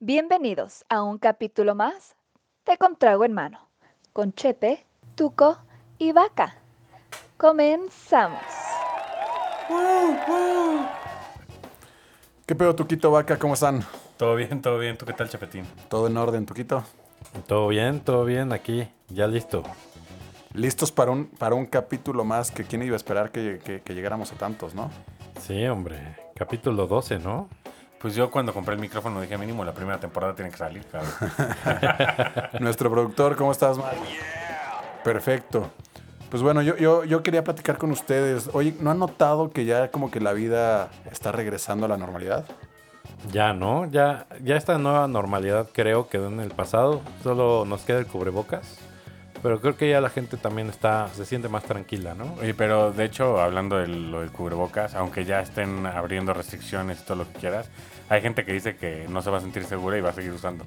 Bienvenidos a un capítulo más de Contrago en Mano, con Chepe, Tuco y Vaca. Comenzamos. ¿Qué pedo, Tuquito Vaca? ¿Cómo están? Todo bien, todo bien. ¿Tú qué tal, Chapetín? ¿Todo en orden, Tuquito? Todo bien, todo bien. Aquí, ya listo. ¿Listos para un, para un capítulo más que quién iba a esperar que, que- que llegáramos a tantos, no? Sí, hombre. Capítulo 12, ¿no? Pues yo cuando compré el micrófono dije mínimo la primera temporada tiene que salir, cabrón. Nuestro productor, ¿cómo estás, man? Perfecto. Pues bueno, yo, yo, yo quería platicar con ustedes. Oye, ¿no han notado que ya como que la vida está regresando a la normalidad? Ya, ¿no? Ya, ya esta nueva normalidad creo quedó en el pasado. Solo nos queda el cubrebocas. Pero creo que ya la gente también está, se siente más tranquila, ¿no? Oye, pero de hecho, hablando de lo del cubrebocas, aunque ya estén abriendo restricciones y todo lo que quieras, hay gente que dice que no se va a sentir segura y va a seguir usando.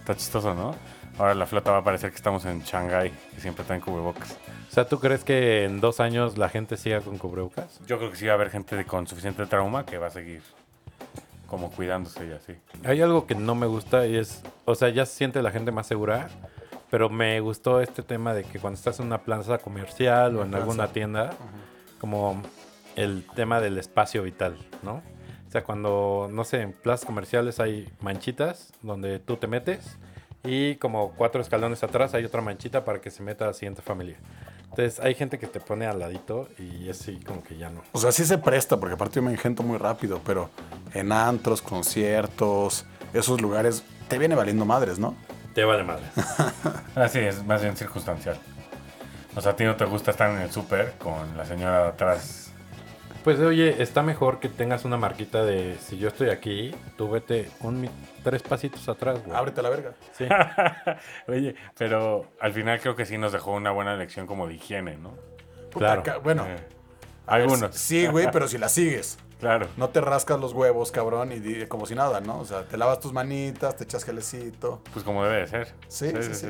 Está chistoso, ¿no? Ahora la flota va a parecer que estamos en Shanghai que siempre traen cubrebocas. O sea, ¿tú crees que en dos años la gente siga con cubrebocas? Yo creo que sí va a haber gente de- con suficiente trauma que va a seguir como cuidándose y así. Hay algo que no me gusta y es, o sea, ya se siente la gente más segura. Pero me gustó este tema de que cuando estás en una plaza comercial o en plaza. alguna tienda, como el tema del espacio vital, ¿no? O sea, cuando, no sé, en plazas comerciales hay manchitas donde tú te metes y como cuatro escalones atrás hay otra manchita para que se meta la siguiente familia. Entonces hay gente que te pone al ladito y es así como que ya no. O sea, sí se presta, porque aparte yo me ingento muy rápido, pero en antros, conciertos, esos lugares, te viene valiendo madres, ¿no? Te vale madre. Así Ah, es, más bien circunstancial. O sea, a ti no te gusta estar en el súper con la señora de atrás. Pues oye, está mejor que tengas una marquita de si yo estoy aquí, tú vete un, mi- tres pasitos atrás, güey. Ábrete la verga. Sí. Oye, pero al final creo que sí nos dejó una buena lección como de higiene, ¿no? Claro. ca- bueno, Eh, algunos, sí, güey, pero si la sigues. claro. No te rascas los huevos, cabrón, y di- como si nada, ¿no? O sea, te lavas tus manitas, te echas gelecito. Pues como debe de ser. Sí, sí, sí.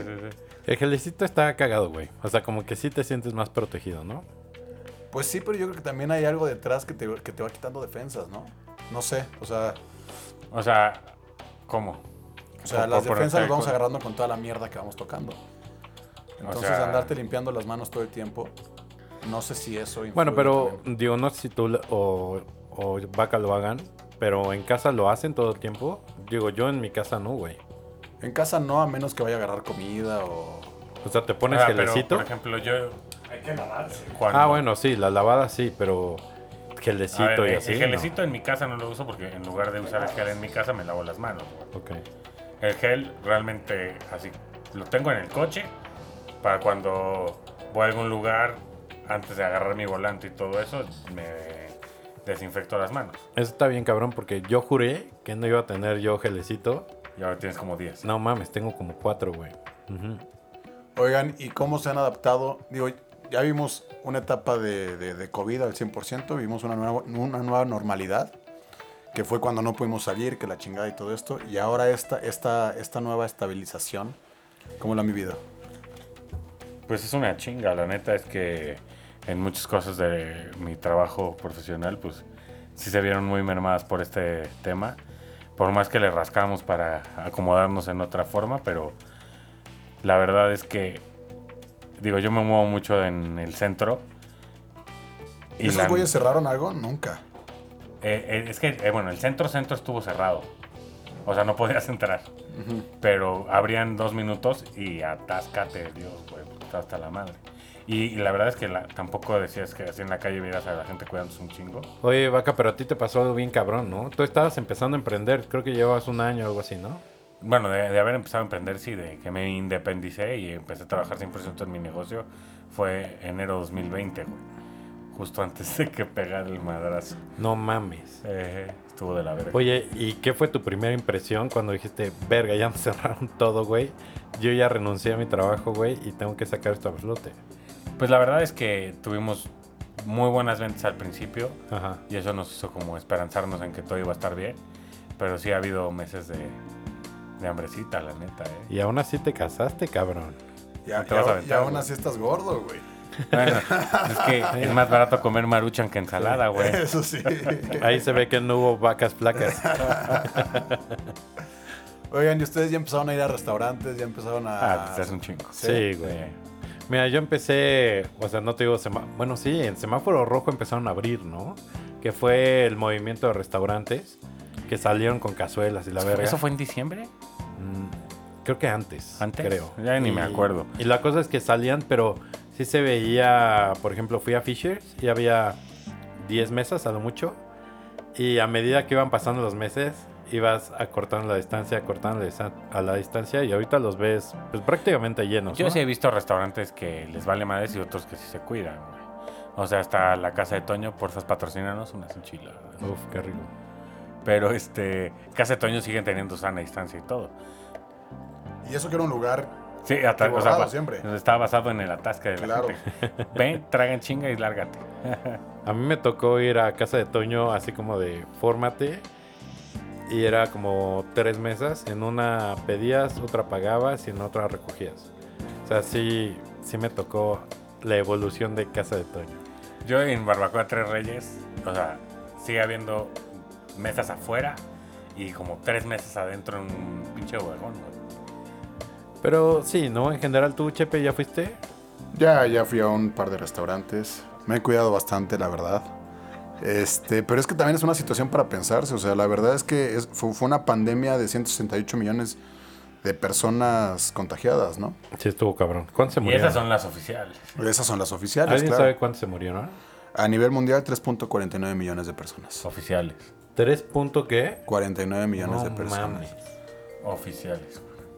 El gelecito está cagado, güey. O sea, como que sí te sientes más protegido, ¿no? Pues sí, pero yo creo que también hay algo detrás que te, que te va quitando defensas, ¿no? No sé, o sea, O sea, ¿cómo? o sea Por- las defensas por las ejemplo, vamos agarrando con toda la mierda que vamos tocando. Entonces, sea- andarte limpiando las manos todo el tiempo, no sé si eso... influye Bueno, pero también. digo, no sé si tú la- o, o Vaca lo hagan, pero en casa lo hacen todo el tiempo. Digo, yo en mi casa no, güey. En casa no, a menos que vaya a agarrar comida o... O sea, te pones Ah, pero, gelecito. por ejemplo, yo... Hay que lavarse. Ah, bueno, sí, la lavada sí, pero A ver, gelecito y el- así. el no. gelecito en mi casa no lo uso porque en lugar de usar el gel en mi casa me lavo las manos. güey. Ok. El gel realmente así lo tengo en el coche para cuando voy a algún lugar antes de agarrar mi volante y todo eso me desinfecto las manos. Eso está bien, cabrón, porque yo juré que no iba a tener yo gelecito. Y ahora tienes como 10. No mames, tengo como cuatro, güey. Ujú. Oigan, ¿y cómo se han adaptado? Digo, ya vimos una etapa de, de- de COVID al 100%, vimos una nueva, una nueva normalidad, que fue cuando no pudimos salir, que la chingada y todo esto, y ahora esta, esta, esta nueva estabilización, ¿cómo la han vivido? Pues es una chinga, la neta es que en muchas cosas de mi trabajo profesional, pues sí se vieron muy mermadas por este tema. Por más que le rascamos para acomodarnos en otra forma, pero la verdad es que, digo, yo me muevo mucho en el centro. ¿Y la- ¿Esos güeyes cerraron algo? Nunca. eh, eh, es que, eh, bueno, el centro centro estuvo cerrado. O sea, no podías entrar. Pero abrían dos minutos y atáscate, Dios, güey, porque está hasta la madre. Y, y la verdad es que la- tampoco decías que así en la calle vieras a la gente cuidándose un chingo. Oye, Vaca, pero a ti te pasó algo bien cabrón, ¿no? Tú estabas empezando a emprender, creo que llevabas un año o algo así, ¿no? Bueno, de, de haber empezado a emprender, sí, de que me independicé y empecé a trabajar 100% en mi negocio, fue enero 2020, güey. Justo antes de que pegara el madrazo. No mames. Eh, estuvo de la verga. Oye, ¿y qué fue tu primera impresión cuando dijiste, verga, ya me cerraron todo, güey? Yo ya renuncié a mi trabajo, güey, y tengo que sacar esto a flote. Pues la verdad es que tuvimos muy buenas ventas al principio. Ajá. Y eso nos hizo como esperanzarnos en que todo iba a estar bien. Pero sí ha habido meses de, de hambrecita, la neta, ¿eh? Y aún así te casaste, cabrón. Ya, Te vas ya- a aventar, ya aún güey. así estás gordo, güey. Bueno, es que es más barato comer maruchan que ensalada, güey. Eso sí. Ahí se ve que no hubo vacas flacas. Oigan, y ustedes ya empezaron a ir a restaurantes, ya empezaron Ah, a. pues es un chingo. Sí, güey. Mira, yo empecé, o sea, no te digo sema- bueno, sí, en semáforo rojo empezaron a abrir, ¿no? Que fue el movimiento de restaurantes que salieron con cazuelas y la verga. ¿Eso fue en diciembre? Mm, Creo que antes. ¿Antes? Creo. Ya ni me acuerdo. Y la cosa es que salían, pero sí se veía, por ejemplo, fui a Fisher's y había 10 mesas a lo mucho. Y a medida que iban pasando los meses, ibas acortando la distancia, acortando la distan- a la distancia. Y ahorita los ves pues, prácticamente llenos. Yo ¿no? sí he visto restaurantes que les vale madres y otros que sí se cuidan, güey. O sea, hasta la casa de Toño, porfas, patrocínanos unas enchiladas. Uf, qué rico. Pero este, casa de Toño siguen teniendo sana distancia y todo. Y eso que era un lugar. Sí, ata- Qué o sea, borrado ba- siempre. está basado en el atasque de la Claro. gente. Ven, tragan chinga y lárgate. A mí me tocó ir a casa de Toño así como de fórmate. Y era como tres mesas. En una pedías, otra pagabas y en otra recogías. O sea, sí, sí me tocó la evolución de casa de Toño. Yo en Barbacoa Tres Reyes, o sea, sigue habiendo mesas afuera y como tres mesas adentro en un pinche huevón, güey. Pero sí, ¿no? En general, tú, Chepe, ya fuiste. Ya, ya fui a un par de restaurantes. Me he cuidado bastante, la verdad. Este, pero es que también es una situación para pensarse. O sea, la verdad es que es- fue, fue una pandemia de 168 millones de personas contagiadas, ¿no? Sí, estuvo cabrón. ¿Cuántos se Y murieron? esas son las oficiales. Esas son las oficiales, ¿Alguien claro. sabe cuántos se murieron? A nivel mundial, 3.49 millones de personas. Oficiales. ¿Tres punto qué? 49 millones No de personas. mames. Oficiales. güey.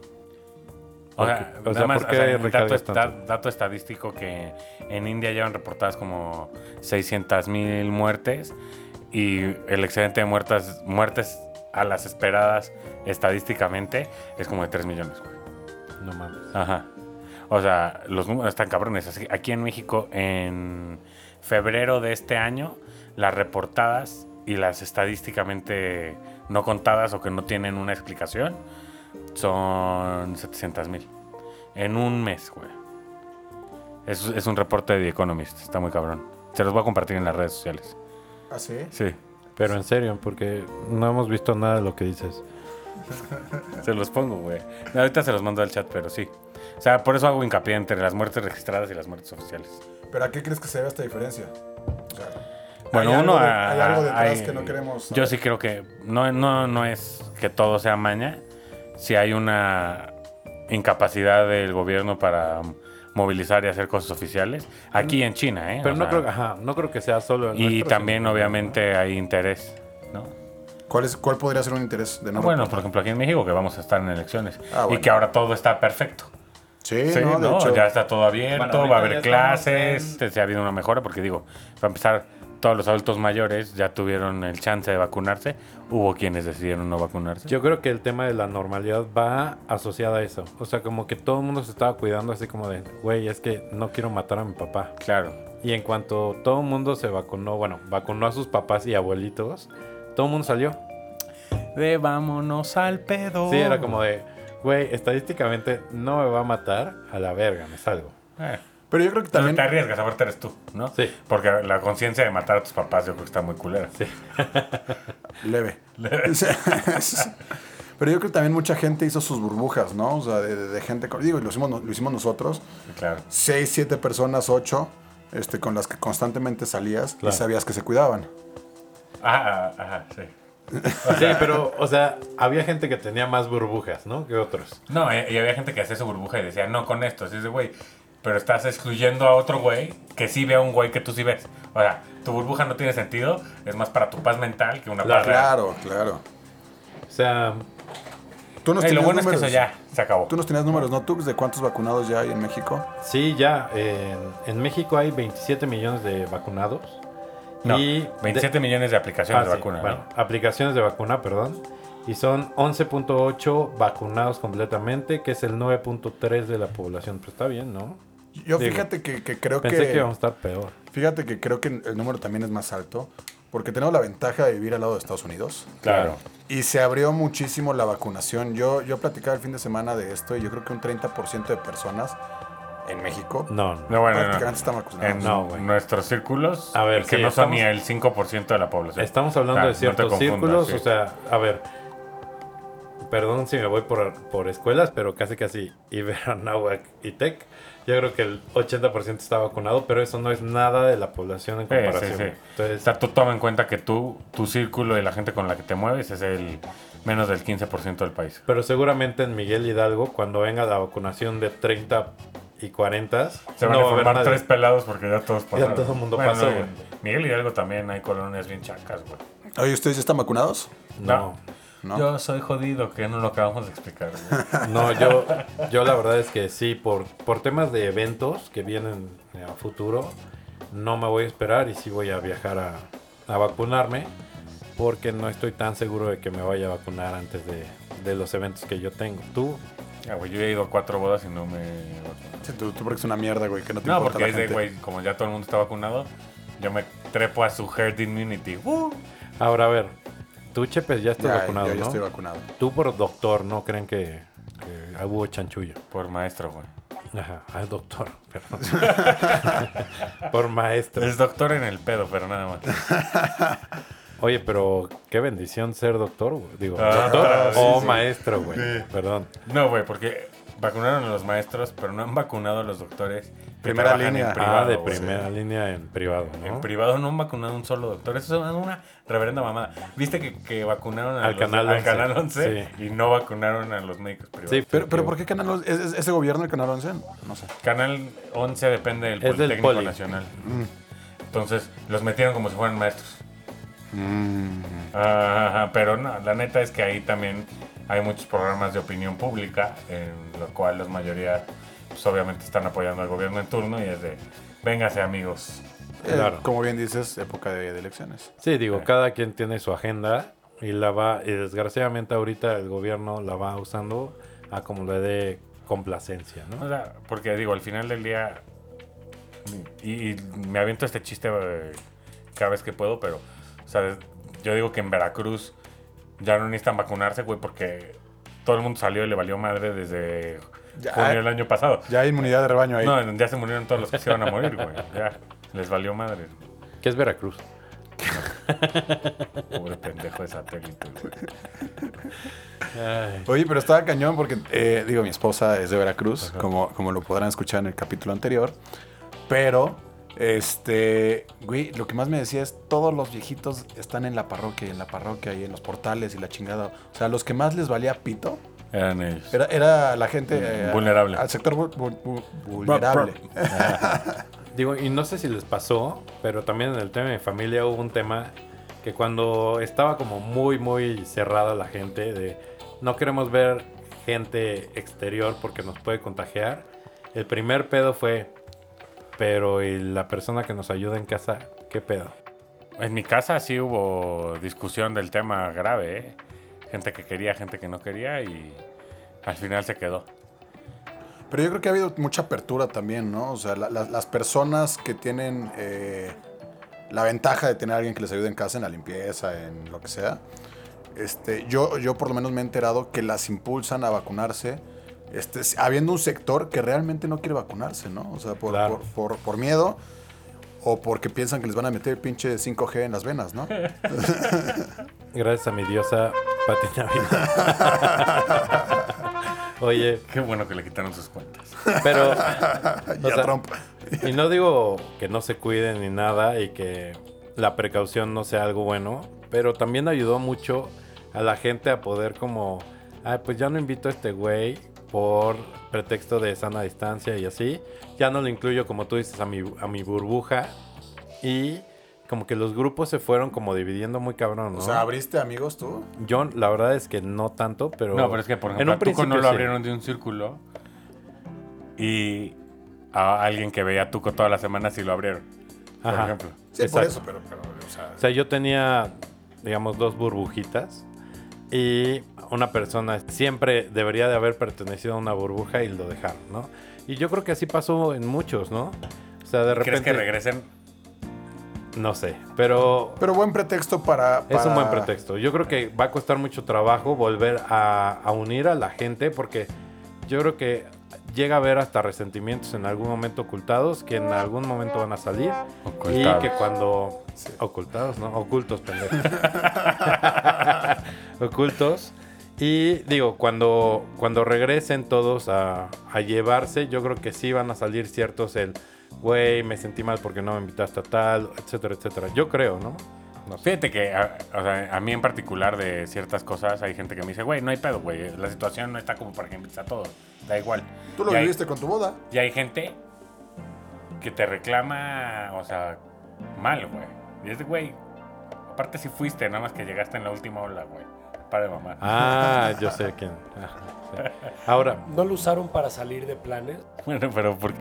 O ¿Por qué? sea, O nada sea, más, ¿por o qué sea, el dato, recargas tanto? esta- dato estadístico que en India llevan reportadas como 600 mil muertes y el excedente de muertas, muertes a las esperadas estadísticamente es como de 3 millones. güey. No mames. Ajá. O sea, los números están cabrones. Así, aquí en México, en febrero de este año, las reportadas y las estadísticamente no contadas o que no tienen una explicación son 700 mil. En un mes, güey. Es, es un reporte de The Economist. Está muy cabrón. Se los voy a compartir en las redes sociales. ¿Ah, sí? Sí. Pero en serio, porque no hemos visto nada de lo que dices. Se los pongo, güey. No, Ahorita se los mando al chat, pero sí. O sea, por eso hago hincapié entre las muertes registradas y las muertes oficiales. ¿Pero a qué crees que se ve esta diferencia? O sea, Bueno, hay uno algo de- a- hay algo detrás hay- que no queremos. Yo sí creo que no, no, no es que todo sea maña. Si hay una incapacidad del gobierno para movilizar y hacer cosas oficiales, aquí en China, ¿eh? Pero O sea, no creo, ajá, no creo que sea solo el Y nuestro, también, sino- obviamente, hay interés, ¿no? ¿Cuál, es, ¿Cuál podría ser un interés de no bueno, reportar? por ejemplo, aquí en México, que vamos a estar en elecciones. Ah, bueno. Y que ahora todo está perfecto. Sí, Sí, no, de no, hecho. ya está todo abierto, Bueno, ahorita va a ya haber estamos clases, en- se ha habido una mejora porque digo, para empezar, todos los adultos mayores ya tuvieron el chance de vacunarse, hubo quienes decidieron no vacunarse. Yo creo que el tema de la normalidad va asociada a eso. O sea, como que todo el mundo se estaba cuidando así como de, güey, es que no quiero matar a mi papá. claro. Y en cuanto todo el mundo se vacunó, bueno, vacunó a sus papás y abuelitos, todo el mundo salió. De vámonos al pedo. Sí, era como de, güey, estadísticamente no me va a matar, a la verga, me salgo. Eh, Pero yo creo que también. te arriesgas, aparte eres tú, ¿no? Sí. Porque la conciencia de matar a tus papás yo creo que está muy culera. Sí. Leve. Pero yo creo que también mucha gente hizo sus burbujas, ¿no? O sea, de, de- de gente. con- Digo, lo hicimos, no- lo hicimos nosotros. Claro. Seis, siete personas, ocho, este, con las que constantemente salías Claro. y sabías que se cuidaban. Ah, ajá, sí. Sí, pero, o sea, había gente que tenía más burbujas, ¿no? Que otros. No, eh, y había gente que hacía su burbuja y decía, no, con esto. Así es de, güey, pero estás excluyendo a otro güey que sí ve a un güey que tú sí ves. O sea, tu burbuja no tiene sentido, es más para tu paz mental que una Claro. paz real. Claro, claro. O sea, Tú nos Eh, lo tenías bueno es que números- eso ya se acabó. Tú nos tenías números, ¿no, Tux? ¿De cuántos vacunados ya hay en México? Sí, ya. eh, en México hay 27 millones de vacunados. No, y 27 millones de de, ah, aplicaciones sí, de vacuna. ¿no? bueno, aplicaciones de vacuna, perdón. Y son 11.8 vacunados completamente, que es el 9.3 de la población. Pues está bien, ¿no? Yo Digo, fíjate que, que creo Pensé que íbamos a estar peor. Fíjate que creo que el número también es más alto, porque tenemos la ventaja de vivir al lado de Estados Unidos. Claro. Y se abrió muchísimo la vacunación. Yo, yo platicaba el fin de semana de esto y yo creo que un 30% de personas en México No, no. No, bueno, no. prácticamente están vacunadas. En No, güey. nuestros círculos, A ver, que sí, no son estamos- ni el 5% de la población. Estamos hablando Ah, de no te ciertos confundas, círculos, sí. o sea, a ver. perdón si me voy por, por escuelas, pero casi casi Iberonáhuac y Tech, yo creo que el 80% está vacunado, pero eso no es nada de la población en Sí, comparación. sí, sí. O Entonces, sea, tú toma en cuenta que tú, tu círculo y la gente con la que te mueves es el menos del 15% del país. pero seguramente en Miguel Hidalgo, cuando venga la vacunación de 30 y 40, Se van no a haber formar nadie. tres pelados porque ya todos pasaron. todo el mundo pasó, y- güey. Miguel Hidalgo también hay colonias bien chacas, güey. Oye, ¿ustedes ya están vacunados? No, ¿No? Yo soy jodido, que no lo acabamos de explicar. güey. no, yo, yo la verdad es que sí, por, por temas de eventos que vienen eh, a futuro, no me voy a esperar y sí voy a viajar a, a vacunarme, porque no estoy tan seguro de que me vaya a vacunar antes de, de los eventos que yo tengo. ¿Tú? Ah, güey, yo he ido a cuatro bodas y no me vacuné. Sí, tú, tú porque es una mierda, güey, que no te No, importa porque es la de, gente. güey, como ya todo el mundo está vacunado, yo me trepo a su herd immunity. ¡Uh! Ahora, a ver, tú, Chepes, ya estás Ya, vacunado, yo ya ¿no? estoy vacunado. Tú por doctor, ¿no creen que, que hubo chanchullo? Por maestro, güey. Ajá, ah, doctor, perdón. por maestro. Es doctor en el pedo, pero nada más. Oye, pero qué bendición ser doctor, güey. Digo, Ah, doctor sí, o sí. maestro, güey. Perdón. Ah, No, güey, porque vacunaron a los maestros, pero no han vacunado a los doctores. que Primera trabajan línea. En Ah, privado, ah, de güey. primera línea en privado, ¿no? En privado no han vacunado a un solo doctor. Eso es una reverenda mamada. Viste que, que vacunaron a Al los- Canal al 11. Canal 11 y no vacunaron a los médicos privados. Sí, Pero, pero ¿por qué Canal 11? ¿Es, es- ese gobierno el Canal 11? No sé. Canal 11 depende del Es del Politécnico Poli. Mm. Nacional. Entonces, los metieron como si fueran maestros. Mm. Ajá, pero no, la neta es que ahí también hay muchos programas de opinión pública, en lo cual la mayoría, pues obviamente están apoyando al gobierno en turno y es de, véngase amigos. Eh, Claro. Como bien dices, época de, de elecciones. Sí, Ah. digo, cada quien tiene su agenda y la va, y desgraciadamente ahorita el gobierno la va usando a como le dé complacencia, O ¿no? sea, porque digo, al final del día, y, y me aviento este chiste eh, cada vez que puedo, pero, o sea, yo digo que en Veracruz ya no necesitan vacunarse, güey, porque todo el mundo salió y le valió madre desde Ya. junio del año pasado. Ya hay inmunidad de rebaño ahí. No, ya se murieron todos los que se iban a morir, güey. Ya, les valió madre. ¿Qué es Veracruz? Pobre pendejo de satélite, güey. Oye, pero estaba cañón porque, eh, digo, mi esposa es de Veracruz, como, como lo podrán escuchar en el capítulo anterior. Pero, este, güey, lo que más me decía es, todos los viejitos están en la parroquia, y en la parroquia y en los portales y la chingada. O sea, los que más les valía pito Eran ellos. era, era la gente... eh, Mm, Vulnerable. Ah. Al sector vul- vul- vul- vulnerable. Digo, y no sé si les pasó, pero también en el tema de familia hubo un tema que cuando estaba como muy, muy cerrada la gente, de no queremos ver gente exterior porque nos puede contagiar, el primer pedo fue, pero ¿y la persona que nos ayuda en casa, qué pedo? En mi casa sí hubo discusión del tema grave, ¿eh? Gente que quería, gente que no quería y al final se quedó. Pero yo creo que ha habido mucha apertura también, ¿no? O sea, la- la- las personas que tienen eh, la ventaja de tener a alguien que les ayude en casa, en la limpieza, en lo que sea, este, yo, yo por lo menos me he enterado que las impulsan a vacunarse, este, si- habiendo un sector que realmente no quiere vacunarse, ¿no? O sea, por, Claro. por, por- por miedo o porque piensan que les van a meter pinche 5G en las venas, ¿no? Gracias a mi diosa Pati Navidad. Oye, Qué bueno que le quitaron sus cuentas. pero... ya sea, Trump. Y no digo que no se cuiden ni nada y que la precaución no sea algo bueno, pero también ayudó mucho a la gente a poder como, ay, pues ya no invito a este güey por pretexto de sana distancia y así, ya no lo incluyo como tú dices a mi, a mi burbuja y como que los grupos se fueron como dividiendo muy cabrón, ¿no? O sea, ¿abriste amigos tú? Yo la verdad es que no tanto, pero... No, pero es que por en ejemplo, un a Tuco no principio lo sí. abrieron de un círculo y a alguien que veía a Tuco todas las semanas sí lo abrieron. Por Ajá. ejemplo. Sí, por Exacto. eso, pero, pero, o sea, O sea, yo tenía, digamos, dos burbujitas y una persona siempre debería de haber pertenecido a una burbuja y lo dejaron, ¿no? Y yo creo que así pasó en muchos, ¿no? O sea, de ¿Crees repente... que regresen? No sé, pero pero buen pretexto para... es un buen para- pretexto. Yo creo que va a costar mucho trabajo volver a, a unir a la gente porque yo creo que llega a haber hasta resentimientos en algún momento ocultados que en algún momento van a salir y que cuando ocultados, ¿no? Ocultos, pendejo. ocultos. Y digo, cuando, cuando regresen todos a, a llevarse, yo creo que sí van a salir ciertos el, güey, me sentí mal porque no me invitaste a tal, etcétera, etcétera. Yo creo, ¿no? No sé. Fíjate que a, o sea, a mí en particular de ciertas cosas hay gente que me dice, güey, no hay pedo, güey. La situación no está como para que invites a todos. Da igual. Tú lo Y hay- viviste con tu boda. Y hay gente que te reclama, o sea, mal, güey. Y es de, güey, aparte si fuiste, nada más que llegaste en la última ola, güey. Para de mamar. Ah, yo sé quién. Ajá, sí. Ahora, ¿No lo usaron para salir de planes? Bueno, pero porque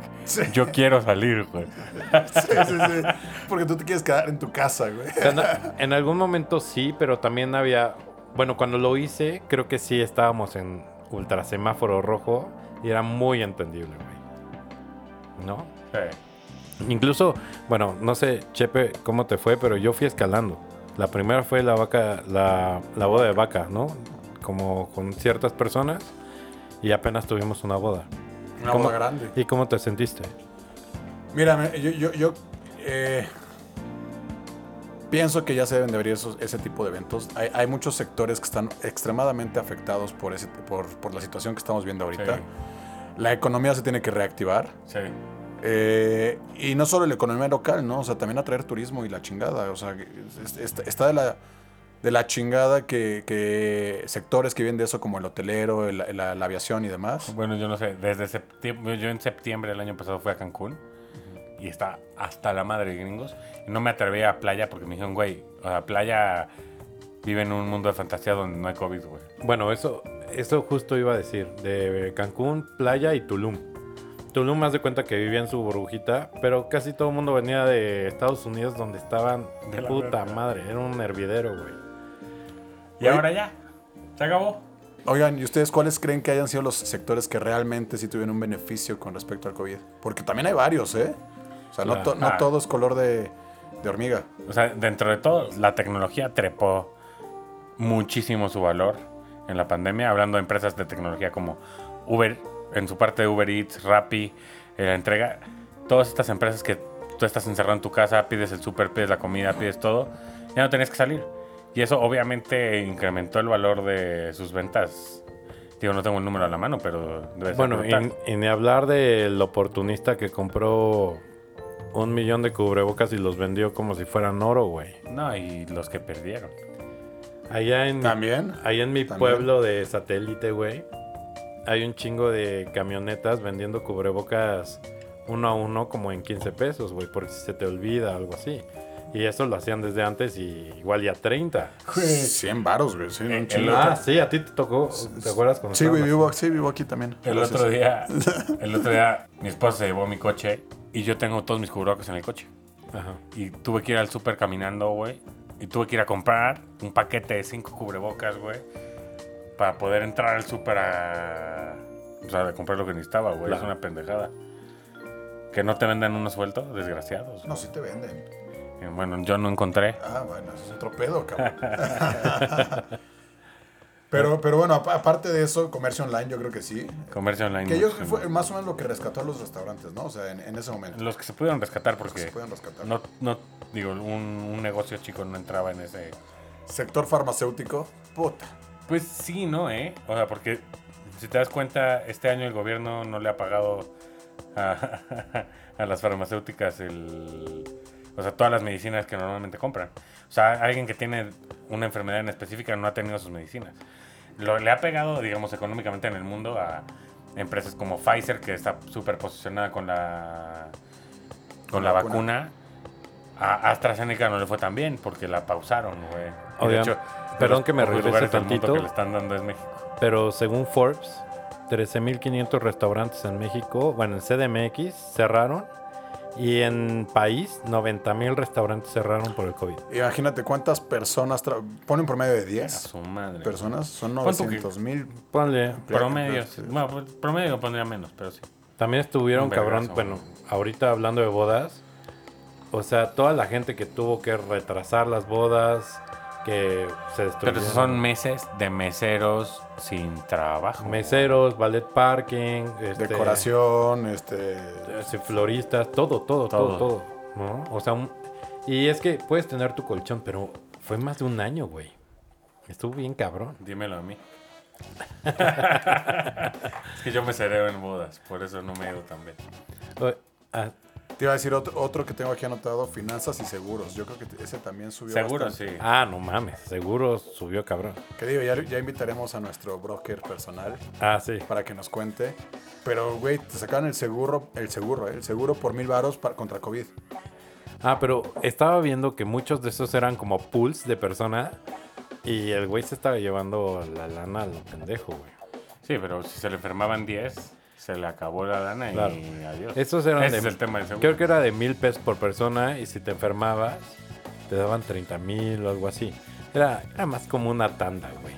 yo quiero salir, güey. Sí, sí, sí. Porque tú te quieres quedar en tu casa, güey. O sea, no- en algún momento sí, pero también había. Bueno, cuando lo hice, creo que sí estábamos en ultra semáforo rojo y era muy entendible, güey. ¿No? Sí. Incluso, bueno, no sé, Chepe, cómo te fue, pero yo fui escalando. La primera fue la vaca, la, la boda de vaca, ¿no? Como con ciertas personas y apenas tuvimos una boda. Una ¿Cómo- boda grande. ¿Y cómo te sentiste? Mira, me- yo, yo, yo, eh, pienso que ya se deben de abrir esos- ese tipo de eventos. Hay, hay muchos sectores que están extremadamente afectados por, ese, por, por la situación que estamos viendo ahorita. Sí. La economía se tiene que reactivar. Sí. Eh, y no solo la economía local, ¿no? O sea, también atraer turismo y la chingada. O sea, que es- es- está de la, de la chingada que, que sectores que viven de eso, como el hotelero, el- la, la aviación y demás. Bueno, yo no sé, desde septiembre, yo en septiembre del año pasado fui a Cancún y está hasta la madre de gringos. Y no me atreví a playa porque me dijeron, güey, o sea, playa vive en un mundo de fantasía donde no hay COVID, güey. Bueno, eso, eso justo iba a decir. De Cancún, Playa y Tulum. Tulum, más de cuenta que vivía en su burbujita, pero casi todo el mundo venía de Estados Unidos, donde estaban de De la puta verga. madre. Era un hervidero, güey. Y Oye- ahora ya, se acabó. Oigan, ¿y ustedes cuáles creen que hayan sido los sectores que realmente sí tuvieron un beneficio con respecto al COVID? Porque también hay varios, ¿eh? O sea, no, to- no Claro. Ah. todo es color de, de hormiga. O sea, dentro de todo, la tecnología trepó muchísimo su valor en la pandemia. Hablando de empresas de tecnología como Uber, en su parte de Uber Eats, Rappi, eh, la entrega, todas estas empresas que tú estás encerrado en tu casa, pides el súper, pides la comida, pides todo, ya no tenías que salir. Y eso obviamente incrementó el valor de sus ventas. Digo, no tengo el número a la mano, pero debe ser Bueno, y, Pues, brutal. y ni hablar del oportunista que compró un millón de cubrebocas y los vendió como si fueran oro, güey. No, y los que perdieron. Allá Mm. en, También. Ahí en mi También. pueblo de satélite, güey, hay un chingo de camionetas vendiendo cubrebocas uno a uno como en 15 pesos, güey, porque si se te olvida, algo así. Y eso lo hacían desde antes y igual ya 30. 100 varos, güey. Sí, un el chingo. Ah, sí, a ti te tocó, ¿te acuerdas? cuando Sí, güey, estábamos? vivo, sí, vivo aquí también. El Gracias. otro día, el otro día, mi esposa se llevó mi coche y yo tengo todos mis cubrebocas en el coche. Ajá. Y tuve que ir al súper caminando, güey. Y tuve que ir a comprar un paquete de cinco cubrebocas, güey. Para poder entrar al súper a... O sea, a comprar lo que necesitaba, güey. Es Claro. una pendejada. Que no te vendan uno suelto, desgraciados. No, sí te venden. Y Bueno, yo no encontré. Ah, bueno, eso es otro pedo, cabrón. pero, pero bueno, apa- aparte de eso, comercio online yo creo que sí. Comercio online. Que yo creo que muchísimo. fue más o menos lo que rescató a los restaurantes, ¿no? O sea, en, en ese momento. Los que se pudieron rescatar Los que porque... se pueden rescatar. No, no, digo, un, un negocio chico no entraba en ese... Sector farmacéutico, puta. Pues sí, no, ¿eh? O sea, porque si te das cuenta, este año el gobierno no le ha pagado a, a las farmacéuticas el... O sea, todas las medicinas que normalmente compran. O sea, alguien que tiene una enfermedad en específica no ha tenido sus medicinas. Lo, le ha pegado, digamos, económicamente en el mundo a empresas como Pfizer, que está súper posicionada con la, con la vacuna. A AstraZeneca no le fue tan bien porque la pausaron, güey. Y Oigan, perdón los que me pocos regrese lugares del mundo tantito. que le están dando es México. Pero según Forbes, 13.500 restaurantes en México, bueno, en CDMX cerraron y en país 90.000 restaurantes cerraron por el COVID. Imagínate cuántas personas, tra- ponen promedio de A 10 Ah, su madre. personas, son Pon tú que- 900 mil. Ponle, Promedio. Sí. Bueno, pues, promedio pondría menos, pero sí. También estuvieron, Un cabrón, vergazo, bueno, güey. ahorita hablando de bodas, o sea, toda la gente que tuvo que retrasar las bodas, que se Pero destruyeron. esos son meses de meseros sin trabajo. meseros, ballet parking, este, Decoración, este. este, floristas, todo, todo, todo, Todo. todo, ¿no? O sea, un- y es que puedes tener tu colchón, pero fue más de un año, güey. Estuvo bien cabrón. Dímelo a mí. Es que yo me cereo en bodas, por eso no me he ido tan bien. Oye, ah, Te iba a decir otro, otro que tengo aquí anotado, finanzas y seguros. Yo creo que ese también subió. Seguro, bastante. sí. ah, no mames, seguro subió cabrón. Que digo, ya, ya invitaremos a nuestro broker personal Ah, sí. para que nos cuente. Pero, güey, te sacaron el seguro, el seguro, ¿eh? el seguro por mil varos para- contra COVID. Ah, pero estaba viendo que muchos de esos eran como pools de persona y el güey se estaba llevando la lana a lo pendejo, güey. Sí, pero si se le enfermaban 10, se le acabó la lana Claro. y adiós. Estos eran Ese de- es el tema del seguro. Creo que era de mil pesos por persona y si te enfermabas te daban 30 mil o algo así. Era, era más como una tanda, güey.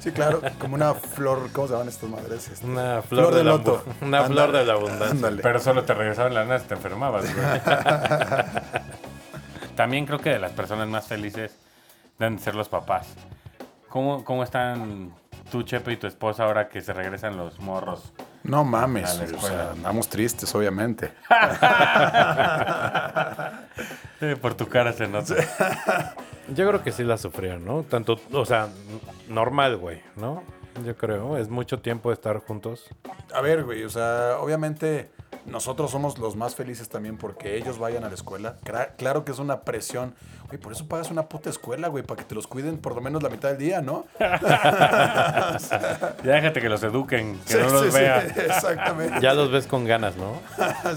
Sí, claro, como una flor, ¿cómo se llaman estas madres? Este, Una flor, Flor de, de la loto. abu- Una flor de la abundancia. Ándale. Pero solo te regresaban la lana si te enfermabas, güey. También creo que de las personas más felices deben de ser los papás. ¿Cómo, cómo están tú, Chepe, y tu esposa ahora que se regresan los morros? No mames, A la o escuela. sea, andamos tristes, obviamente. Eh, por tu cara se nota. Yo creo que sí la sufrieron, ¿no? Tanto, o sea, n- normal, güey, ¿no? Yo creo, es mucho tiempo de estar juntos. A ver, güey, o sea, obviamente nosotros somos los más felices también porque ellos vayan a la escuela. Cra- claro que es una presión. Güey, por eso pagas una puta escuela, güey, para que te los cuiden por lo menos la mitad del día, ¿no? Ya déjate que los eduquen, que Sí, no los sí, sí, vea. exactamente. Ya los ves con ganas, ¿no?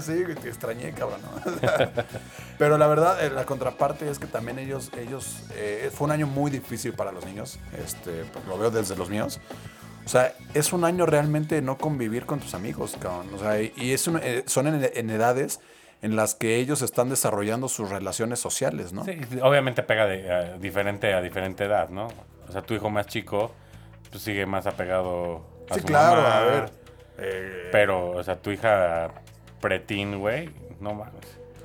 sí, güey, te extrañé, cabrón. ¿no? Pero la verdad, eh, la contraparte es que también ellos, ellos, eh, fue un año muy difícil para los niños. Este, pues, lo veo desde los míos. O sea, es un año realmente de no convivir con tus amigos, cabrón. O sea, y y es un- eh, son en, en edades en las que ellos están desarrollando sus relaciones sociales, ¿no? Sí, obviamente pega de, a, diferente a diferente edad, ¿no? O sea, tu hijo más chico pues, sigue más apegado a Sí, su claro, mamá, a ver. eh, Pero, o sea, tu hija pretín, güey, no mames.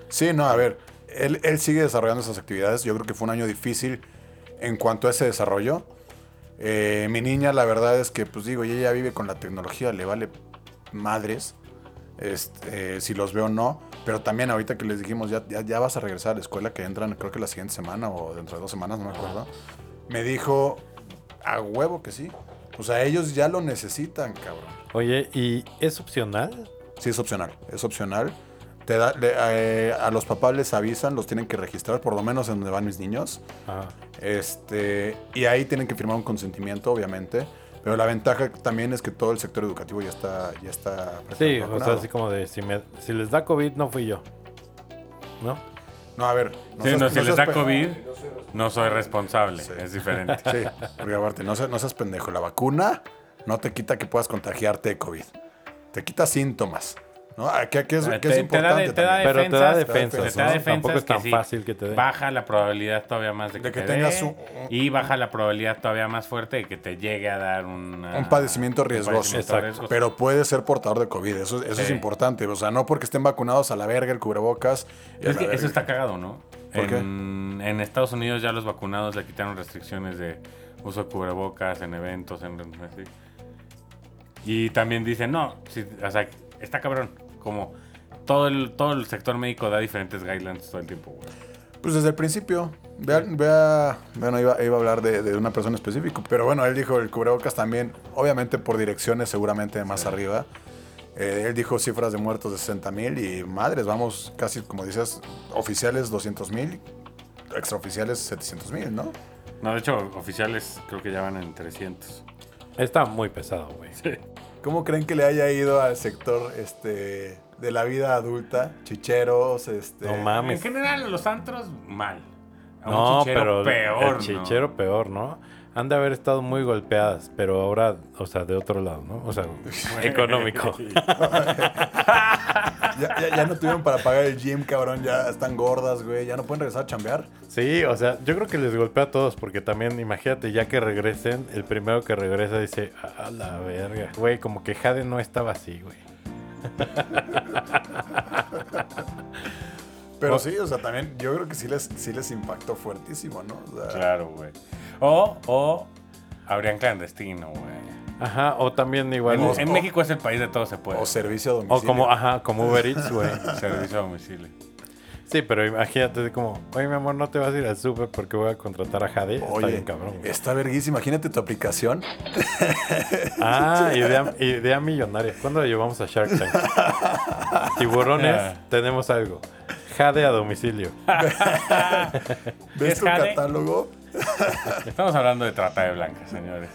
Sí, no, a ver, él, él sigue desarrollando esas actividades. Yo creo que fue un año difícil en cuanto a ese desarrollo. Eh, mi niña, la verdad es que, pues digo, ella ya vive con la tecnología, le vale madres. Este, eh, si los veo o no, pero también ahorita que les dijimos ya, ya, ya vas a regresar a la escuela que entran, creo que la siguiente semana o dentro de dos semanas, no me acuerdo. Me dijo a huevo que sí. O sea, ellos ya lo necesitan, cabrón. Oye, ¿y es opcional? Sí, es opcional. Es opcional. Te da- le- eh, a los papás les avisan, los tienen que registrar, por lo menos en donde van mis niños. Ah, Este, y ahí tienen que firmar un consentimiento, obviamente. Pero la ventaja también es que todo el sector educativo ya está. Ya está sí, o sea, vacunado. así como de, si, me- si les da COVID, no fui yo. ¿No? No, a ver. Sí, seas- no, si les seas da pe- COVID, no soy responsable, Sí. es diferente. Sí, porque aparte, no seas, no seas pendejo. La vacuna no te quita que puedas contagiarte de COVID. Te quita síntomas. ¿no? Aquí, aquí es, Te, que es te da, importante de- te da también. Pero te da defensas, defensas, te da ¿no? defensas Tampoco es que tan sí. fácil que te dé. Baja la probabilidad todavía más de que, De que te tengas dé, un- y baja la probabilidad todavía más fuerte de que te llegue a dar una- Un padecimiento riesgoso. Exacto. riesgoso. Pero puede ser portador de COVID, eso, eso es Sí. importante. O sea, no porque estén vacunados a la verga, el cubrebocas. y a Es la que verga. eso está cagado, ¿no? ¿Por qué? en, en Estados Unidos ya los vacunados le quitaron restricciones de uso de cubrebocas en eventos, en así. Y también dicen, no, sí, o sea, está cabrón. Como todo el, todo el sector médico da diferentes guidelines todo el tiempo, güey. Pues desde el principio. Vea, vea- bueno, iba, iba a hablar de, de una persona específica, pero bueno, él dijo el cubrebocas también, obviamente por direcciones seguramente más arriba. Eh, él dijo cifras de muertos de 60 mil y madres, vamos casi, como dices, oficiales 200 mil, extraoficiales 700 mil, ¿no? No, de hecho, oficiales creo que ya van en 300. Está muy pesado, güey. ¿Cómo creen que le haya ido al sector este, de la vida adulta? Chicheros, este... No En mames. general, a los antros, mal. A un No, chichero pero peor, el ¿no? chichero peor, ¿no? Han de haber estado muy golpeadas, pero ahora, o sea, de otro lado, ¿no? O sea, económico. Ya, ya- ya no tuvieron para pagar el gym, cabrón. Ya están gordas, güey. Ya no pueden regresar a chambear. Sí, o sea, yo creo que les golpea a todos, porque también, imagínate, ya que regresen, el primero que regresa dice, a la verga. Güey, como que Jade no estaba así, güey. Pero sí, o sea, también yo creo que sí les, sí les impactó fuertísimo, ¿no? O sea, Claro, güey. O, o habrían clandestino, güey. Ajá, o también igual. En, O- es- en o- México es el país de todo se puede. O servicio a domicilio. O como, ajá, como Uber Eats, güey. Servicio a domicilio. Sí, pero imagínate así como, oye, mi amor, no te vas a ir al súper porque voy a contratar a Jade. Está bien cabrón. güey. está verguísima. Imagínate tu aplicación. Ah, idea, idea millonaria. ¿Cuándo la llevamos a Shark Tank? Tiburones, Ah. tenemos algo. Jade a domicilio. ¿Ves Es tu jade. catálogo? Estamos hablando de trata de blancas, señores.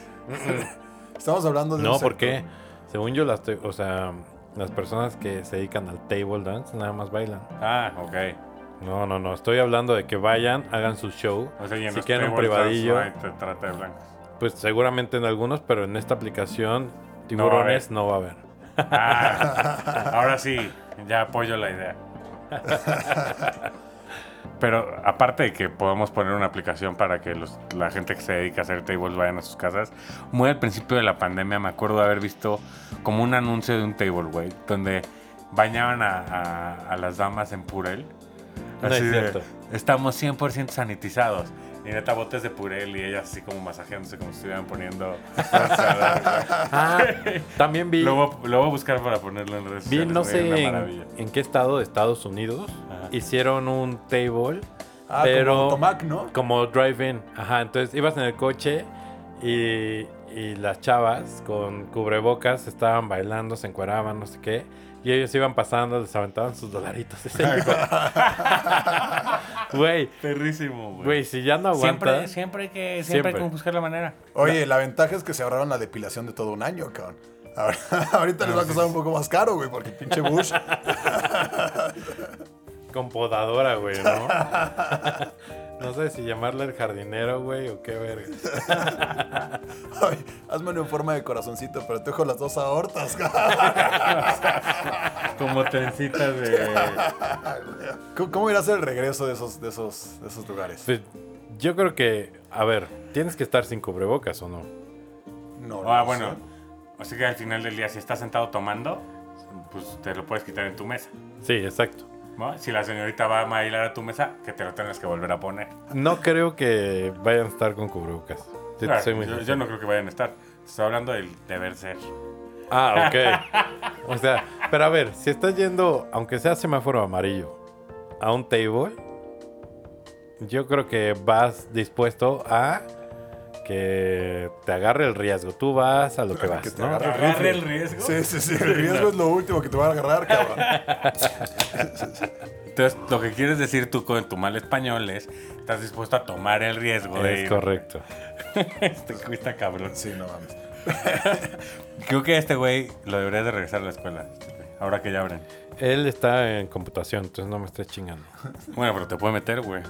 Estamos hablando de. No, un sector. porque según yo, las, te- o sea, las personas que se dedican al table dance nada más bailan. Ah, ok. No, no, no. Estoy hablando de que vayan, hagan su show. O sea, y en si los quieren un table dance privadillo, no hay tra- trata de blancas. pues seguramente en algunos, pero en esta aplicación, tiburones no va a haber. Ah, ahora sí, ya apoyo la idea. Pero aparte de que podemos poner una aplicación para que los- la gente que se dedica a hacer tables vayan a sus casas, muy al principio de la pandemia me acuerdo de haber visto como un anuncio de un table, güey, donde bañaban a, a- a las damas en purel. No es de, cierto. estamos 100% sanitizados. Y neta botes de purel y ellas así como masajeándose como si estuvieran poniendo... bronceador, güey. Ah, También vi, Lo voy, a- lo voy a buscar para ponerlo en redes vi sociales, no güey, sé una en, maravilla. en qué estado de Estados Unidos Ajá. hicieron un table, Ah, pero como Tomac, ¿no? como drive-in. Ajá, entonces ibas en el coche y, y las chavas con cubrebocas estaban bailando, se encueraban, no sé qué. Y ellos iban pasando, les aventaban sus dolaritos. Ese hijo. Güey, Perrísimo, güey. güey, si ya no siempre, aguantas. siempre hay que, siempre, Siempre. hay que buscar la manera. Oye, la ventaja es que se ahorraron la depilación de todo un año, cabrón. Ahora- Ahorita les va a costar un poco más caro, güey, porque pinche Bush. Con podadora, güey, ¿no? no sé si llamarle el jardinero, güey, o qué verga. Ay, hazme una en forma de corazoncito, pero te dejo las dos aortas, cabrón. Como trencitas de. ¿Cómo- ¿Cómo irá a ser el regreso de esos, de esos, de esos lugares? Pues, yo creo que, a ver, tienes que estar sin cubrebocas o no. No, ah, no bueno. sé. Así que al final del día, si estás sentado tomando, pues te lo puedes quitar en tu mesa. Sí, exacto. ¿no? Si la señorita va a bailar a tu mesa, que te lo tengas que volver a poner. No creo que vayan a estar con cubrebocas. Sí, Claro, soy muy Ah, yo, yo sincero. no creo que vayan a estar. Estoy hablando del deber ser. Ah, ok. o sea, pero a ver, si estás yendo, aunque sea semáforo amarillo, a un table, yo creo que vas dispuesto a que te agarre el riesgo. Tú vas a lo que vas, Que te ¿no? agarre Agarre el rifle. riesgo. Sí, sí, sí. El riesgo es lo último que te van a agarrar, cabrón. Entonces, lo que quieres decir tú con tu mal español es: estás dispuesto a tomar el riesgo de. Es correcto. Este cuesta cabrón. Sí, no mames. Creo que a este güey lo deberías de regresar a la escuela. este Ahora que ya abren. Él está en computación, entonces no me estés chingando. Bueno, pero te puede meter, güey.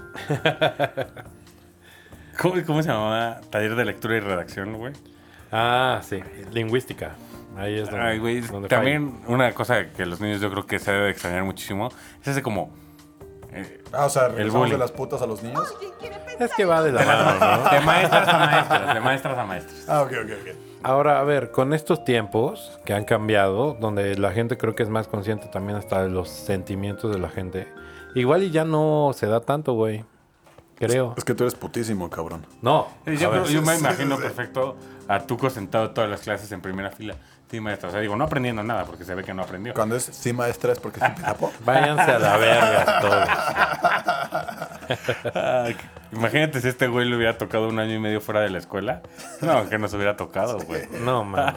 ¿Cómo, cómo se llamaba? Taller de lectura y redacción, güey. Ah, sí, lingüística. Ahí es Pues donde. Ay, güey. es- donde También una cosa que los niños yo creo que se debe de extrañar muchísimo es ese como... eh, Ah, o sea, regresamos bullying. de las putas a los niños. falla. Es que va de la mano, ¿no? de maestras a maestras, de maestras a maestras. Ah, ok, ok, ok. Ahora, a ver, con estos tiempos que han cambiado, donde la gente creo que es más consciente también hasta de los sentimientos de la gente, igual y ya no se da tanto, güey. Creo. Es que tú eres putísimo, cabrón. No. Sí, a Yo, ver, creo- yo me sí, imagino sí. perfecto a Tuco sentado todas las clases en primera fila. Sí, maestra. O sea, digo, no aprendiendo nada porque se ve que no aprendió. Cuando es sí maestra es porque sí te tapó. Váyanse a la verga todos. Ah, Imagínate si este güey le hubiera tocado un año y medio fuera de la escuela. No, que nos hubiera tocado, güey. No mames.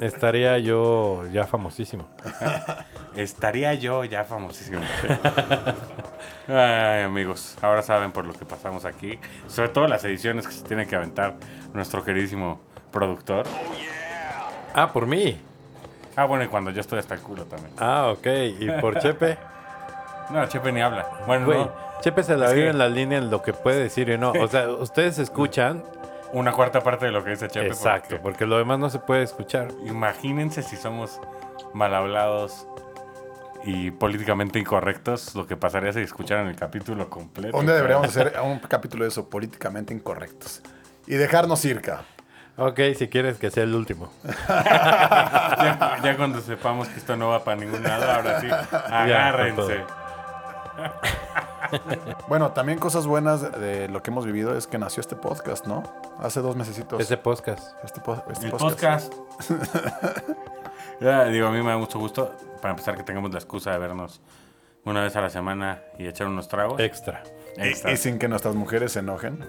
Estaría yo ya famosísimo. Estaría yo ya famosísimo. Ay, amigos, ahora saben por lo que pasamos aquí. Sobre todo las ediciones que se tiene que aventar nuestro queridísimo productor. Ah, por mí. Ah, bueno, y cuando yo estoy hasta el culo también. Ah, ok. Y por Chepe. No, Chepe ni habla. Bueno, Güey, no, Chepe se la Es vive que- en la línea en lo que puede decir y no. O sea, ustedes escuchan. una cuarta parte de lo que dice Chepe. Exacto, porque porque lo demás no se puede escuchar. Imagínense si somos mal hablados y políticamente incorrectos, lo que pasaría si escucharan el capítulo completo. Un día deberíamos hacer un capítulo de eso, políticamente incorrectos. Y dejarnos ir, cabrón. Ok, si quieres que sea el último. ya, ya cuando sepamos que esto no va para ningún lado, ahora sí, agárrense. Bueno, también cosas buenas de lo que hemos vivido es que nació este podcast, ¿no? Hace dos mesecitos. Ese podcast. Este, po- este El podcast. Ya, digo, a mí me da mucho gusto, para empezar, que tengamos la excusa de vernos una vez a la semana y echar unos tragos. Extra. Y, Extra. y sin que nuestras mujeres se enojen.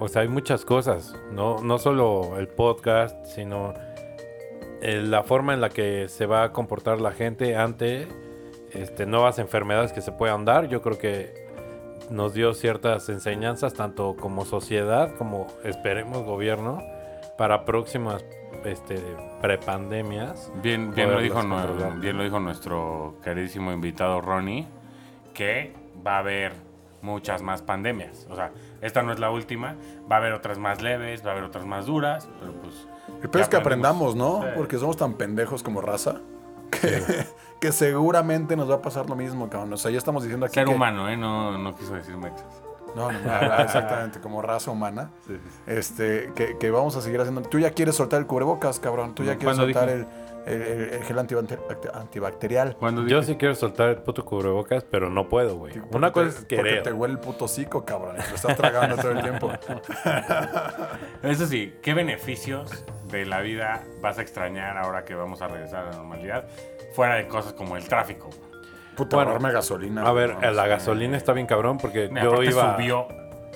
O sea, hay muchas cosas, no, no solo el podcast, sino eh, la forma en la que se va a comportar la gente ante este, nuevas enfermedades que se puedan dar. Yo creo que nos dio ciertas enseñanzas, tanto como sociedad, como esperemos gobierno, para próximas este, prepandemias. Bien, bien, lo Poderlas dijo, nue- controlar. bien lo dijo nuestro queridísimo invitado Ronnie, que va a haber muchas más pandemias. O sea, esta no es la última, va a haber otras más leves, va a haber otras más duras, pero pues... El peor ya es que aprendimos. aprendamos, ¿no? Sí. Porque somos tan pendejos como raza que, que seguramente nos va a pasar lo mismo, cabrón. O sea, ya estamos diciendo aquí. Ser que- humano, ¿eh? No, no quiso decir mexas. No, no, no, ah, exactamente, como raza humana. Este, que, que vamos a seguir haciendo. Tú ya quieres soltar el cubrebocas, cabrón. Mm, Tú ya quieres ¿Cuándo soltar el, el- el- el gel antibacter- antibacterial. Cuando Yo sí quiero soltar el puto cubrebocas, pero no puedo, güey. Porque Una cosa es te- Porque querer. te huele el puto hocico, cabrón. y Te lo estás tragando todo el tiempo. Eso sí, ¿qué beneficios de la vida vas a extrañar ahora que vamos a regresar a la normalidad? Fuera de cosas como el tráfico. Puto Bueno, ahorrarme gasolina. A ver, cabrón. este. la gasolina está bien cabrón porque Me yo aparte iba... subió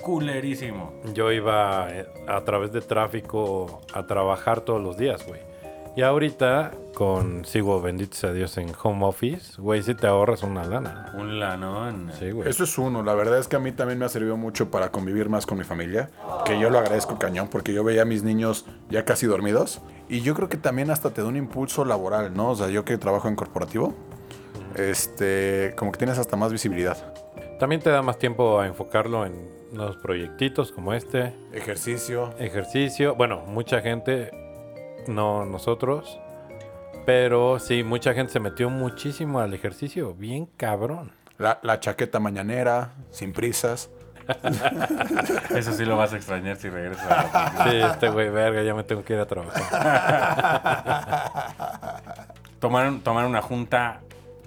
culerísimo. yo iba eh, a través de tráfico a trabajar todos los días, güey. Y ahorita, con sigo, bendito sea Dios, en home office, güey, si te ahorras una lana. Un lanón. Sí, güey. Eso es uno. La verdad es que a mí también me ha servido mucho para convivir más con mi familia, que yo lo agradezco cañón, porque yo veía a mis niños ya casi dormidos. Y yo creo que también hasta te da un impulso laboral, ¿no? O sea, yo que trabajo en corporativo, este, como que tienes hasta más visibilidad. También te da más tiempo a enfocarlo en unos proyectitos como este, Ejercicio. ejercicio. Bueno, mucha gente, no nosotros, pero sí, mucha gente se metió muchísimo al ejercicio, bien cabrón. La, la chaqueta mañanera, sin prisas. Eso sí lo vas a extrañar si regresas a la oficina. Sí, este güey, verga, ya me tengo que ir a trabajar. Tomar, tomar una junta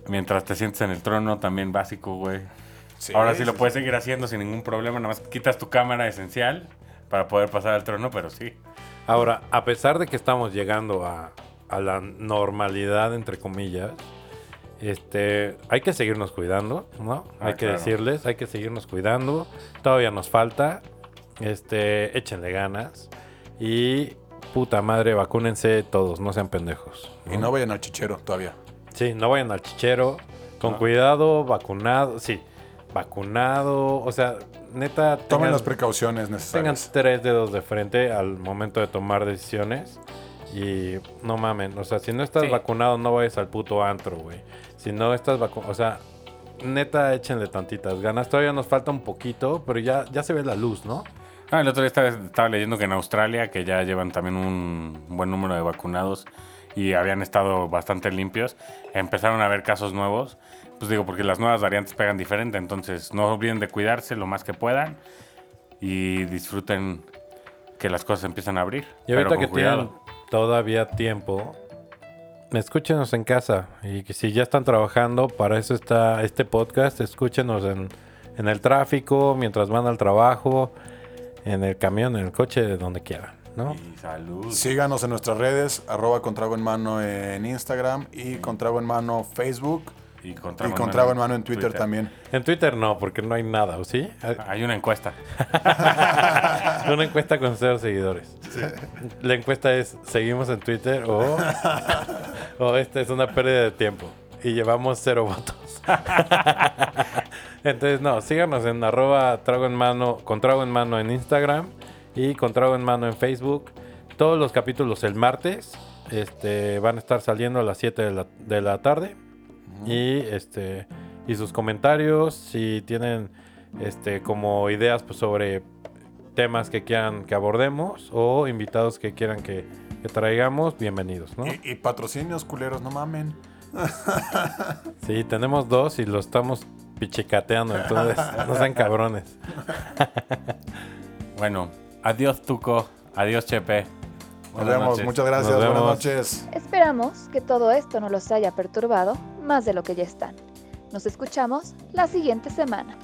mientras te sientes en el trono, también básico, güey. Ahora sí lo puedes seguir haciendo sin ningún problema, nada más quitas tu cámara esencial para poder pasar al trono, pero sí. Ahora, a pesar de que estamos llegando a, a la normalidad, entre comillas, este, hay que seguirnos cuidando, ¿no? Ah, hay que claro. decirles, hay que seguirnos cuidando. Todavía nos falta. Este, échenle ganas. Y puta madre, vacúnense todos, no sean pendejos. Y no vayan al chichero todavía. Sí, no vayan al chichero. Con No. cuidado, vacunado. Sí, vacunado. O sea, neta. Tomen tengan- las precauciones tengan necesarias. tres dedos de frente al momento de tomar decisiones. Y no mamen, o sea, si no estás Sí. vacunado, no vayas al puto antro, güey. Si no estás vacunado, o sea, neta, échenle tantitas ganas. Todavía nos falta un poquito, pero ya, ya se ve la luz, ¿no? Ah, el otro día estaba, estaba leyendo que en Australia, que ya llevan también un buen número de vacunados y habían estado bastante limpios, empezaron a haber casos nuevos. Pues digo, porque las nuevas variantes pegan diferente, entonces no olviden de cuidarse lo más que puedan y disfruten que las cosas empiezan a abrir. Y pero ahorita con que tienen cuidado. todavía tiempo, escúchenos en casa. Y que si ya están trabajando, para eso está este podcast. Escúchenos en, en el tráfico, mientras van al trabajo, en el camión, en el coche, donde quieran, ¿no? Y salud. Síganos en nuestras redes, arroba con trago en mano en Instagram y con trago en mano Facebook. Y con Y con trago en mano en Twitter, también. En Twitter no, porque no hay nada, ¿o sí? Hay una encuesta. Una encuesta con cero seguidores. La encuesta es, ¿seguimos en Twitter o, o esta Oh, este es una pérdida de tiempo? Y llevamos cero votos. Entonces, no, síganos en arroba trago en mano, con trago en mano en Instagram y con trago en mano en Facebook. Todos los capítulos el martes este, van a estar saliendo a las 7 de la, de la tarde. Y este y sus comentarios, si tienen este como ideas pues, sobre temas que quieran que abordemos o invitados que quieran que, que traigamos, bienvenidos, ¿no? Y, y patrocinios, culeros, no mamen. Sí, tenemos dos y lo estamos pichicateando, entonces no sean cabrones. Bueno, adiós Tuco, adiós Chepe. Nos Buenas vemos. noches. Muchas gracias. Nos Buenas vemos. noches. Esperamos que todo esto no los haya perturbado más de lo que ya están. Nos escuchamos la siguiente semana.